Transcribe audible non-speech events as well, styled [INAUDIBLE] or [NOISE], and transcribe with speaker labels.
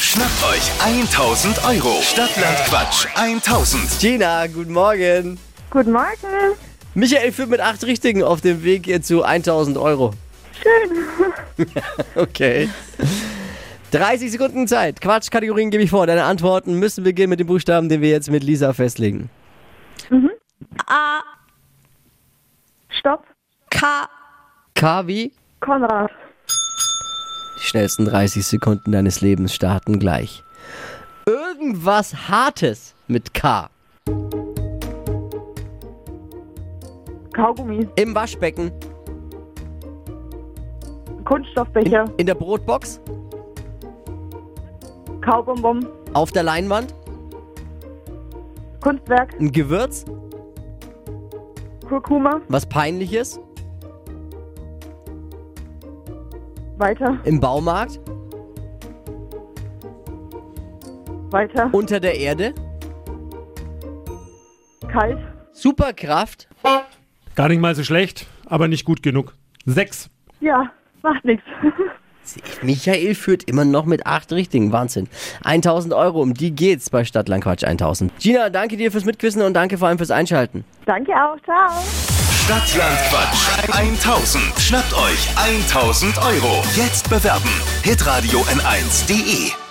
Speaker 1: Schnappt euch 1000 Euro. Stadtland Quatsch 1000.
Speaker 2: Gina, guten Morgen.
Speaker 3: Guten Morgen.
Speaker 2: Michael führt mit acht Richtigen auf dem Weg jetzt zu 1000 Euro.
Speaker 3: Schön.
Speaker 2: Okay. 30 Sekunden Zeit. Quatschkategorien gebe ich vor. Deine Antworten müssen beginnen mit dem Buchstaben, den wir jetzt mit Lisa festlegen.
Speaker 3: Stopp.
Speaker 4: K.
Speaker 2: K wie?
Speaker 3: Konrad.
Speaker 2: Die schnellsten 30 Sekunden deines Lebens starten gleich. Irgendwas Hartes mit K.
Speaker 3: Kaugummi.
Speaker 2: Im Waschbecken,
Speaker 3: Kunststoffbecher.
Speaker 2: in der Brotbox,
Speaker 3: Kaubonbon.
Speaker 2: auf der Leinwand,
Speaker 3: Kunstwerk.
Speaker 2: ein Gewürz,
Speaker 3: Kurkuma.
Speaker 2: was peinliches,
Speaker 3: Weiter.
Speaker 2: im Baumarkt,
Speaker 3: Weiter.
Speaker 2: unter der Erde,
Speaker 3: Kalt.
Speaker 2: Superkraft,
Speaker 5: Gar nicht mal so schlecht, aber nicht gut genug. Sechs.
Speaker 3: Ja, macht nichts.
Speaker 2: Michael führt immer noch mit acht richtigen. Wahnsinn. 1000 Euro, um die geht's bei Stadtlandquatsch 1000. Gina, danke dir fürs Mitquissen und danke vor allem fürs Einschalten.
Speaker 3: [LAUGHS] Danke auch. Ciao.
Speaker 1: Stadtland Quatsch 1000. Schnappt euch 1000 Euro. Jetzt bewerben. Hitradio N1.de